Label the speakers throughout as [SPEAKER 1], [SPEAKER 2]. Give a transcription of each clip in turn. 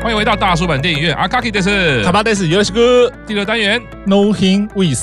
[SPEAKER 1] 欢迎回到大叔版电影院，阿卡基的是
[SPEAKER 2] 卡巴戴斯有是哥
[SPEAKER 1] 第六单元。
[SPEAKER 2] ，No Him With，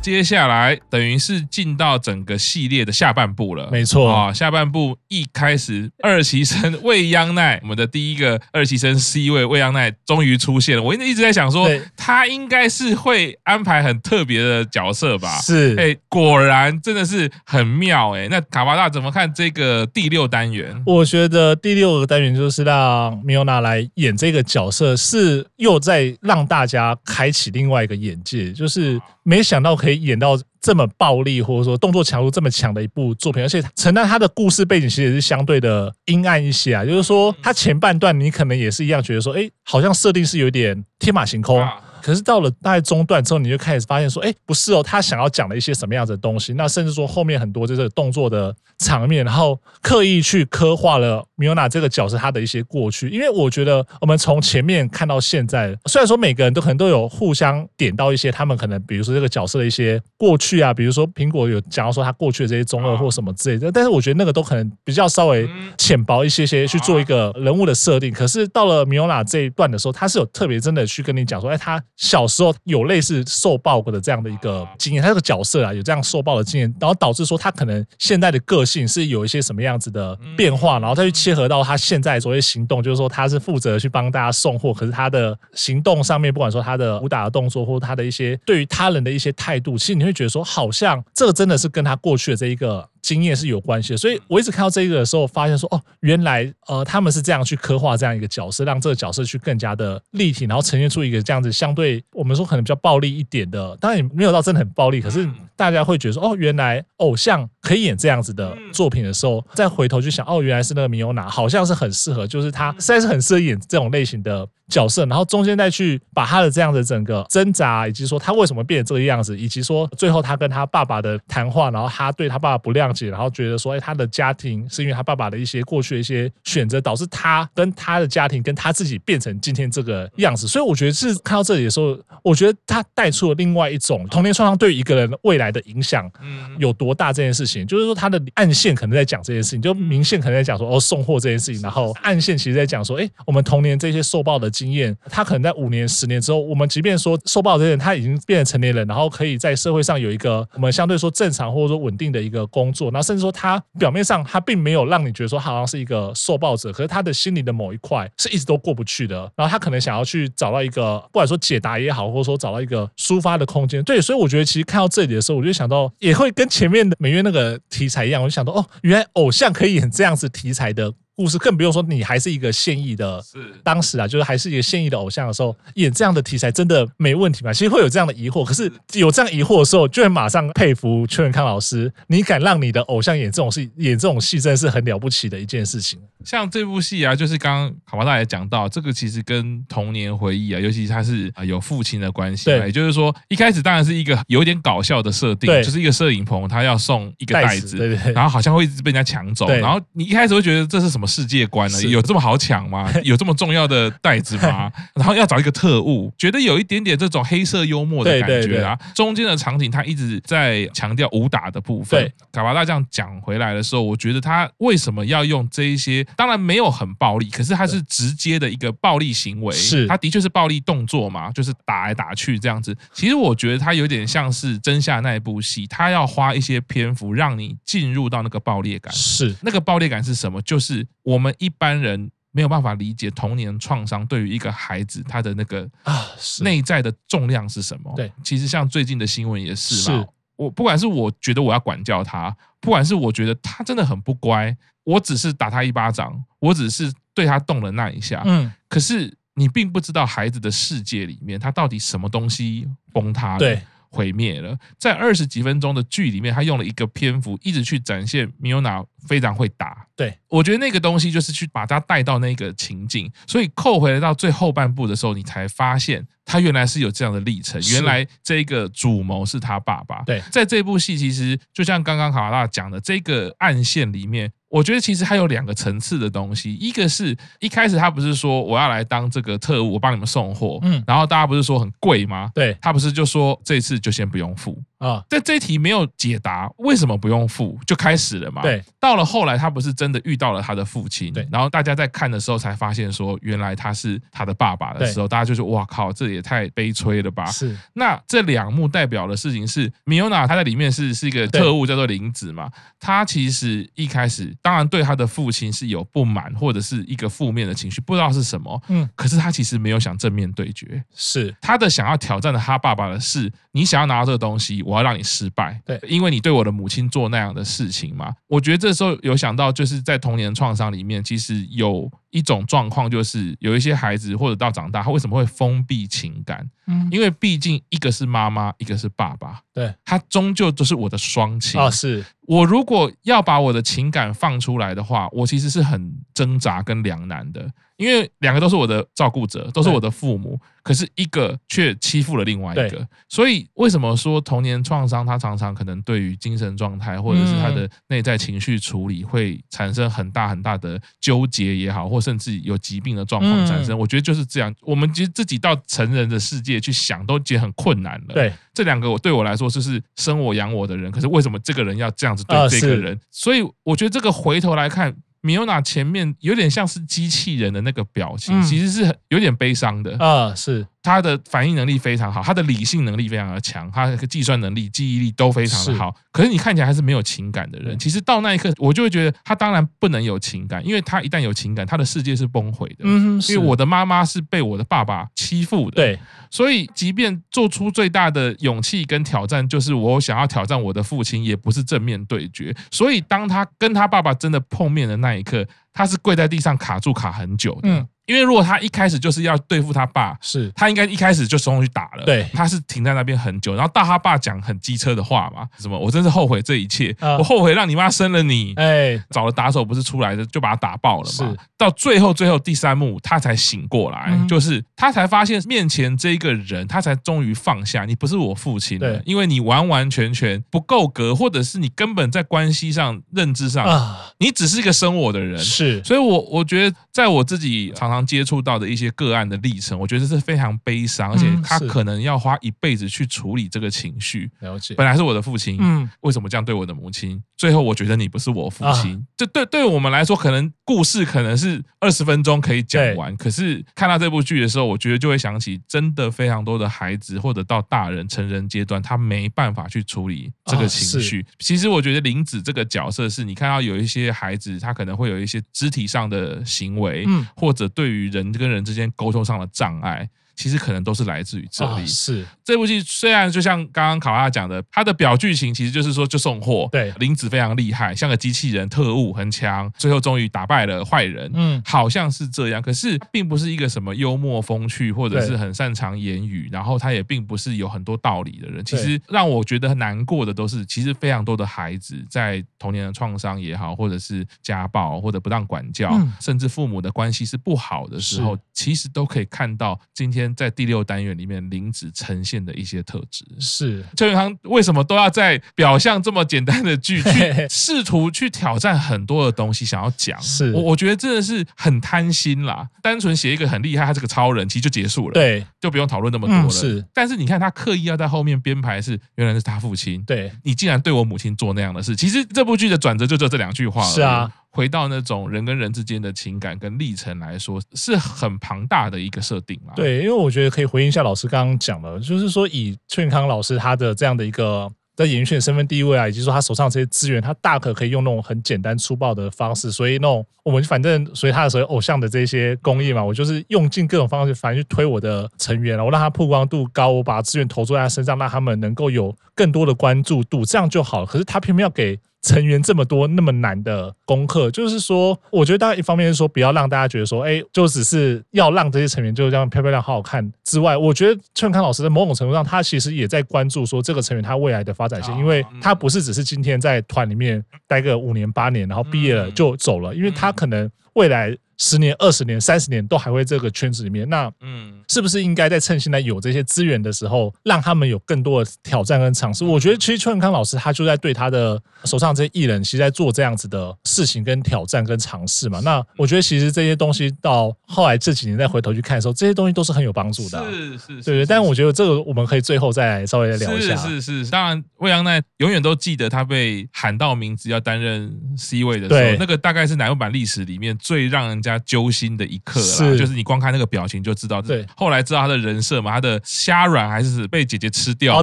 [SPEAKER 1] 接下来等于是进到整个系列的下半部了，
[SPEAKER 2] 没错
[SPEAKER 1] 啊、下半部一开始，二期生未央奈，我们的第一个二期生 C 位未央奈终于出现了。我一直一直在想说
[SPEAKER 2] 对，
[SPEAKER 1] 他应该是会安排很特别的角色吧？
[SPEAKER 2] 是
[SPEAKER 1] 哎、果然真的是很妙哎、那卡巴大怎么看这个第六单元？
[SPEAKER 2] 我觉得第六个单元就是让米欧娜来演这个角色，是又在让大家开启另外一个眼界，就是没想到可以演到这么暴力，或者说动作强度这么强的一部作品，而且承担他的故事背景其实也是相对的阴暗一些啊，就是说他前半段你可能也是一样觉得说，哎，好像设定是有点天马行空。
[SPEAKER 1] 啊
[SPEAKER 2] 可是到了大概中段之后，你就开始发现说，哎，不是哦，他想要讲的一些什么样子的东西，那甚至说后面很多就是动作的场面，然后刻意去刻画了米欧娜这个角色她的一些过去，因为我觉得我们从前面看到现在，虽然说每个人都可能都有互相点到一些他们可能，比如说这个角色的一些过去啊，比如说苹果有讲到说他过去的这些中二或什么之类的，但是我觉得那个都可能比较稍微
[SPEAKER 1] 嗯
[SPEAKER 2] 浅薄一些些去做一个人物的设定。可是到了米欧娜这一段的时候，他是有特别真的去跟你讲说，哎，他小时候有类似受暴过的这样的一个经验，他这个角色啊有这样受暴的经验，然后导致说他可能现在的个性是有一些什么样子的变化，然后再去切合到他现在所谓行动，就是说他是负责去帮大家送货，可是他的行动上面，不管说他的武打的动作，或他的一些对于他人的一些态度，其实你会觉得说，好像这个真的是跟他过去的这一个经验是有关系的。所以我一直看到这个的时候，发现说，哦，原来呃他们是这样去刻画这样一个角色，让这个角色去更加的立体，然后呈现出一个这样子相对我们说可能比较暴力一点的，当然也没有到真的很暴力，可是大家会觉得说，哦，原来偶像可以演这样子的作品的时候，再回头去想，哦，原来是那个米欧娜，好像是很适合，就是他实在是很适合演这种类型的角色，然后中间再去把他的这样的整个挣扎，以及说他为什么变成这个样子，以及说最后他跟他爸爸的谈话，然后他对他爸爸不谅解，然后觉得说，哎，他的家庭是因为他爸爸的一些过去的一些选择，导致他跟他的家庭跟他自己变成今天这个样子。所以我觉得是看到这里的时候，我觉得他带出了另外一种童年创伤对于一个人未来的影响，
[SPEAKER 1] 嗯，
[SPEAKER 2] 有多大这件事情，就是说他的暗线可能在讲这件事情，就明线可能在讲说哦送货这件事情，然后暗线其实在讲说，哎，我们童年这些受暴的经验，他可能在五年、十年之后，我们即便说受暴的人他已经变成成年人，然后可以在社会上有一个我们相对说正常或者说稳定的一个工作，然后甚至说他表面上他并没有让你觉得说他好像是一个受暴者，可是他的心里的某一块是一直都过不去的，然后他可能想要去找到一个不管说解答也好，或者说找到一个抒发的空间，对，所以我觉得其实看到这里的时候，我就想到也会跟前面的美月那个题材一样，我就想到哦，原来偶像可以演这样子题材的故事，更不用说你还是一个现役的
[SPEAKER 1] 是
[SPEAKER 2] 当时啊，就是还是一个现役的偶像的时候，演这样的题材真的没问题吗？其实会有这样的疑惑，可是有这样疑惑的时候，就会马上佩服邱元康老师，你敢让你的偶像演这种戏，演这种戏，真的是很了不起的一件事情。
[SPEAKER 1] 像这部戏啊，就是刚刚卡巴大也讲到，这个其实跟童年回忆啊，尤其它是啊有父亲的关系嘛，
[SPEAKER 2] 对
[SPEAKER 1] 也就是说一开始当然是一个有点搞笑的设定，
[SPEAKER 2] 对
[SPEAKER 1] 就是一个摄影棚，他要送一个袋子，
[SPEAKER 2] 对对 对
[SPEAKER 1] 然后好像会一直被人家抢走，
[SPEAKER 2] 对
[SPEAKER 1] 然后你一开始会觉得这是什么世界观呢？
[SPEAKER 2] 是
[SPEAKER 1] 有这么好抢 吗？有这么重要的袋子吗？然后要找一个特务，觉得有一点点这种黑色幽默的
[SPEAKER 2] 对
[SPEAKER 1] 感
[SPEAKER 2] 对
[SPEAKER 1] 觉啊。中间的场景他一直在强调武打的部分
[SPEAKER 2] 对。
[SPEAKER 1] 卡巴大这样讲回来的时候，我觉得他为什么要用这一些？当然没有很暴力，可是他是直接的一个暴力行为，
[SPEAKER 2] 是
[SPEAKER 1] 他的确是暴力动作嘛，就是打来打去这样子。其实我觉得他有点像是真夏那一部戏，他要花一些篇幅让你进入到那个爆裂感。
[SPEAKER 2] 是
[SPEAKER 1] 那个爆裂感是什么？就是我们一般人没有办法理解童年创伤对于一个孩子他的那个
[SPEAKER 2] 啊，是
[SPEAKER 1] 内在的重量是什么？
[SPEAKER 2] 对，
[SPEAKER 1] 其实像最近的新闻也是嘛
[SPEAKER 2] 是，
[SPEAKER 1] 我不管是我觉得我要管教他，不管是我觉得他真的很不乖，我只是打他一巴掌，我只是对他动了那一下，
[SPEAKER 2] 嗯，
[SPEAKER 1] 可是你并不知道孩子的世界里面他到底什么东西崩塌了。
[SPEAKER 2] 对，
[SPEAKER 1] 毁灭了。在二十几分钟的剧里面，他用了一个篇幅一直去展现米欧娜非常会打。
[SPEAKER 2] 对，
[SPEAKER 1] 我觉得那个东西就是去把他带到那个情境，所以扣回来到最后半部的时候，你才发现他原来是有这样的历程。
[SPEAKER 2] 是
[SPEAKER 1] 原来这个主谋是他爸爸。
[SPEAKER 2] 对
[SPEAKER 1] 在这部戏其实就像刚刚卡瓦拉讲的，这个暗线里面。我觉得其实还有两个层次的东西，一个是一开始他不是说我要来当这个特务，我帮你们送货，
[SPEAKER 2] 嗯
[SPEAKER 1] 然后大家不是说很贵吗？
[SPEAKER 2] 对，
[SPEAKER 1] 他不是就说这次就先不用付，
[SPEAKER 2] 啊，
[SPEAKER 1] 但这一题没有解答为什么不用付，就开始了嘛。
[SPEAKER 2] 对，
[SPEAKER 1] 到了后来，他不是真的遇到了他的父亲，
[SPEAKER 2] 对
[SPEAKER 1] 然后大家在看的时候才发现说，原来他是他的爸爸的时候，大家就说：“哇靠，这也太悲催了吧！”
[SPEAKER 2] 是
[SPEAKER 1] 那这两幕代表的事情是，米尤娜她在里面是是一个特务，叫做林子嘛。她其实一开始当然对她的父亲是有不满或者是一个负面的情绪，不知道是什么。
[SPEAKER 2] 嗯
[SPEAKER 1] 可是她其实没有想正面对决，
[SPEAKER 2] 是
[SPEAKER 1] 她的想要挑战的她爸爸的是，你想要拿到这个东西，我要让你失败。
[SPEAKER 2] 对
[SPEAKER 1] 因为你对我的母亲做那样的事情嘛。我觉得这时候有想到，就是在童年创伤里面，其实有一种状况，就是有一些孩子或者到长大，他为什么会封闭情感？
[SPEAKER 2] 嗯
[SPEAKER 1] 因为毕竟一个是妈妈，一个是爸爸，
[SPEAKER 2] 对
[SPEAKER 1] 他终究都是我的双亲。
[SPEAKER 2] 啊是
[SPEAKER 1] 我如果要把我的情感放出来的话，我其实是很挣扎跟两难的，因为两个都是我的照顾者，都是我的父母，可是一个却欺负了另外一个
[SPEAKER 2] 对。
[SPEAKER 1] 所以为什么说童年创伤，它常常可能对于精神状态或者是他的内在情绪处理会产生很大很大的纠结也好，或甚至有疾病的状况产生。我觉得就是这样，我们其实自己到成人的世界去想，都觉得很困难了。
[SPEAKER 2] 对
[SPEAKER 1] 这两个我对我来说就是生我养我的人，可是为什么这个人要这样子对
[SPEAKER 2] 啊
[SPEAKER 1] 这个
[SPEAKER 2] 是
[SPEAKER 1] 人？所以我觉得这个回头来看，米欧娜前面有点像是机器人的那个表情，
[SPEAKER 2] 嗯
[SPEAKER 1] 其实是很有点悲伤的。
[SPEAKER 2] 啊是
[SPEAKER 1] 他的反应能力非常好，他的理性能力非常的强，他的计算能力、记忆力都非常的好。可是你看起来还是没有情感的人。
[SPEAKER 2] 嗯
[SPEAKER 1] 其实到那一刻，我就会觉得他当然不能有情感，因为他一旦有情感，他的世界是崩毁的。
[SPEAKER 2] 嗯
[SPEAKER 1] 因为我的妈妈是被我的爸爸欺负的，
[SPEAKER 2] 对
[SPEAKER 1] 所以，即便做出最大的勇气跟挑战，就是我想要挑战我的父亲，也不是正面对决。所以，当他跟他爸爸真的碰面的那一刻，他是跪在地上卡住卡很久的。
[SPEAKER 2] 嗯
[SPEAKER 1] 因为如果他一开始就是要对付他爸，
[SPEAKER 2] 是
[SPEAKER 1] 他应该一开始就冲上去打了。
[SPEAKER 2] 对
[SPEAKER 1] 他是停在那边很久，然后大他爸讲很机车的话嘛，什么我真是后悔这一切，
[SPEAKER 2] 啊
[SPEAKER 1] 我后悔让你妈生了你。
[SPEAKER 2] 哎
[SPEAKER 1] 找了打手不是出来的，就把他打爆了嘛
[SPEAKER 2] 是。
[SPEAKER 1] 到最后最后第三幕，他才醒过来，
[SPEAKER 2] 嗯
[SPEAKER 1] 就是他才发现面前这个人，他才终于放下，你不是我父亲了
[SPEAKER 2] 对，
[SPEAKER 1] 因为你完完全全不够格，或者是你根本在关系上、认知上，
[SPEAKER 2] 啊
[SPEAKER 1] 你只是一个生我的人。
[SPEAKER 2] 是
[SPEAKER 1] 所以我，我觉得，在我自己常常接触到的一些个案的历程，我觉得这是非常悲伤，而且
[SPEAKER 2] 嗯
[SPEAKER 1] 他
[SPEAKER 2] 是
[SPEAKER 1] 可能要花一辈子去处理这个情绪。
[SPEAKER 2] 了解
[SPEAKER 1] 本来是我的父亲，
[SPEAKER 2] 嗯
[SPEAKER 1] 为什么这样对我的母亲？最后我觉得你不是我父亲，
[SPEAKER 2] 啊
[SPEAKER 1] 这对对我们来说，可能故事可能是二十分钟可以讲完，可是看到这部剧的时候，我觉得就会想起，真的非常多的孩子或者到大人成人阶段，他没办法去处理这个
[SPEAKER 2] 啊
[SPEAKER 1] 情绪。其实我觉得林子这个角色是你看到有一些孩子，他可能会有一些肢体上的行为，
[SPEAKER 2] 嗯
[SPEAKER 1] 或者对于人跟人之间沟通上的障碍。其实可能都是来自于这里，
[SPEAKER 2] 啊是
[SPEAKER 1] 这部戏虽然就像刚刚考拉讲的，它的表剧情其实就是说就送货，
[SPEAKER 2] 对
[SPEAKER 1] 林子非常厉害，像个机器人特务很强，最后终于打败了坏人。
[SPEAKER 2] 嗯
[SPEAKER 1] 好像是这样，可是它并不是一个什么幽默风趣，或者是很擅长言语，然后他也并不是有很多道理的人。其实让我觉得很难过的都是，其实非常多的孩子在童年的创伤也好，或者是家暴或者不当管教，
[SPEAKER 2] 嗯
[SPEAKER 1] 甚至父母的关系是不好的时候
[SPEAKER 2] 是，
[SPEAKER 1] 其实都可以看到今天在第六单元里面林子呈现的一些特质。
[SPEAKER 2] 是
[SPEAKER 1] 邱永康为什么都要在表象这么简单的剧
[SPEAKER 2] 嘿
[SPEAKER 1] 去
[SPEAKER 2] 嘿
[SPEAKER 1] 试图去挑战很多的东西，想要讲？
[SPEAKER 2] 是
[SPEAKER 1] 我我觉得真的是很贪心啦，单纯写一个很厉害，他是个超人，其实就结束了，，
[SPEAKER 2] 对
[SPEAKER 1] 就不用讨论那么多了。
[SPEAKER 2] 嗯是，
[SPEAKER 1] 但是你看他刻意要在后面编排是，原来是他父亲，
[SPEAKER 2] 对
[SPEAKER 1] 你竟然对我母亲做那样的事。其实这部剧的转折就只有这两句话而已
[SPEAKER 2] 是啊。
[SPEAKER 1] 回到那种人跟人之间的情感跟历程来说，是很庞大的一个设定啦。，
[SPEAKER 2] 对，因为我觉得可以回应一下老师刚刚讲的，就是说以崔永康老师他的这样的一个在演艺圈的身份地位啊，以及说他手上这些资源，他大可可以用那种很简单粗暴的方式，所以那种我们反正所以他的所谓偶像的这些工艺嘛，我就是用尽各种方式，反正去推我的成员，然后让他曝光度高，我把资源投注在他身上，让他们能够有更多的关注度，这样就好了。可是他偏偏要给成员这么多那么难的功课，就是说，我觉得当然一方面是说不要让大家觉得说，哎，就只是要让这些成员就这样漂漂亮、好好看之外，我觉得劝康老师在某种程度上，他其实也在关注说这个成员他未来的发展性，
[SPEAKER 1] 啊
[SPEAKER 2] 因为
[SPEAKER 1] 嗯
[SPEAKER 2] 他不是只是今天在团里面待个五年八年，然后毕业了
[SPEAKER 1] 嗯
[SPEAKER 2] 就走了，因为他
[SPEAKER 1] 嗯
[SPEAKER 2] 可能未来。十年、二十年、三十年都还会这个圈子里面，那
[SPEAKER 1] 嗯，
[SPEAKER 2] 是不是应该在趁现在有这些资源的时候，让他们有更多的挑战
[SPEAKER 1] 嗯
[SPEAKER 2] 跟尝试？我觉得其实邱永康老师他就在对他的手上这些艺人，其实在做这样子的事情跟挑战跟尝试嘛。
[SPEAKER 1] 嗯
[SPEAKER 2] 那我觉得其实这些东西到后来这几年再回头去看的时候，这些东西都是很有帮助的啊、
[SPEAKER 1] 是是，
[SPEAKER 2] 对对，但我觉得这个我们可以最后再来稍微来聊一下。啊
[SPEAKER 1] 是是是，当然，未央奈永远都记得他被喊到名字要担任 C 位的时
[SPEAKER 2] 对
[SPEAKER 1] 候，那个大概是乃木坂历史里面最让人家揪心的一刻啦。
[SPEAKER 2] 是
[SPEAKER 1] 就是你光看那个表情就知道。
[SPEAKER 2] 对，
[SPEAKER 1] 后来知道他的人设嘛，他的虾软还是被姐姐吃掉嘛。
[SPEAKER 2] 哦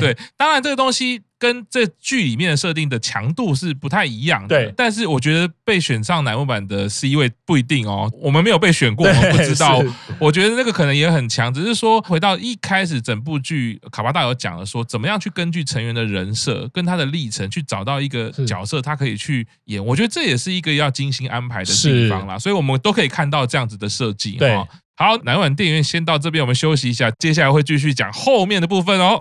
[SPEAKER 1] 对，当然这个东西。跟这剧里面的设定的强度是不太一样的，
[SPEAKER 2] 对
[SPEAKER 1] 但是我觉得被选上乃木坂的 C 位不一定哦，我们没有被选过，我们不知道
[SPEAKER 2] 对是
[SPEAKER 1] 我觉得那个可能也很强，只是说回到一开始整部剧，卡巴大有讲了说，怎么样去根据成员的人设跟他的历程去找到一个
[SPEAKER 2] 是
[SPEAKER 1] 角色，他可以去演。我觉得这也是一个要精心安排的地方啦，所以我们都可以看到这样子的设计。
[SPEAKER 2] 对
[SPEAKER 1] 哦好，南晚电影院先到这边，我们休息一下，接下来会继续讲后面的部分哦。